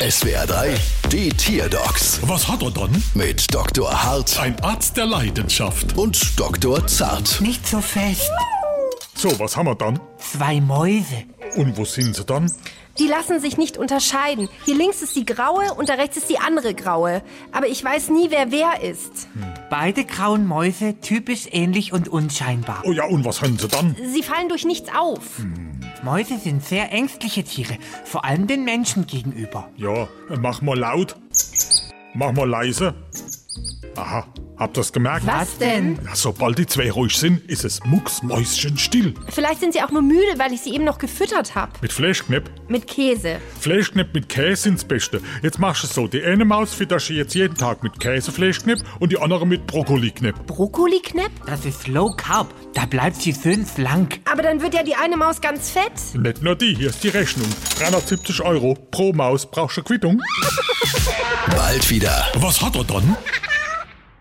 SWR 3, die Tierdocs Was hat er dann? mit Dr. Hart Ein Arzt der Leidenschaft. und Dr. Zart. Nicht so fest. So, was haben wir dann? Zwei Mäuse. Und wo sind sie dann? Die lassen sich nicht unterscheiden. Hier links ist die graue und da rechts ist die andere graue. Aber ich weiß nie, wer wer ist. Beide grauen Mäuse, typisch ähnlich und unscheinbar. Oh ja, und was haben sie dann? Sie fallen durch nichts auf. Mäuse sind sehr ängstliche Tiere, vor allem den Menschen gegenüber. Ja, mach mal laut. Mach mal leise. Aha, habt ihr's gemerkt? Was denn? Ja, sobald die zwei ruhig sind, ist es mucksmäuschenstill. Vielleicht sind sie auch nur müde, weil ich sie eben noch gefüttert habe. Mit Fleischknepp. Mit Käse. Fleischknepp mit Käse sind's Beste. Jetzt machst du es so. Die eine Maus fütterst du jetzt jeden Tag mit Käsefleischknepp und die andere mit Brokkoliknepp. Brokkoliknepp? Das ist Low Carb, da bleibt sie schön schlank. Aber dann wird ja die eine Maus ganz fett. Nicht nur die, hier ist die Rechnung. 370 Euro pro Maus brauchst du Quittung. Bald wieder. Was hat er dann?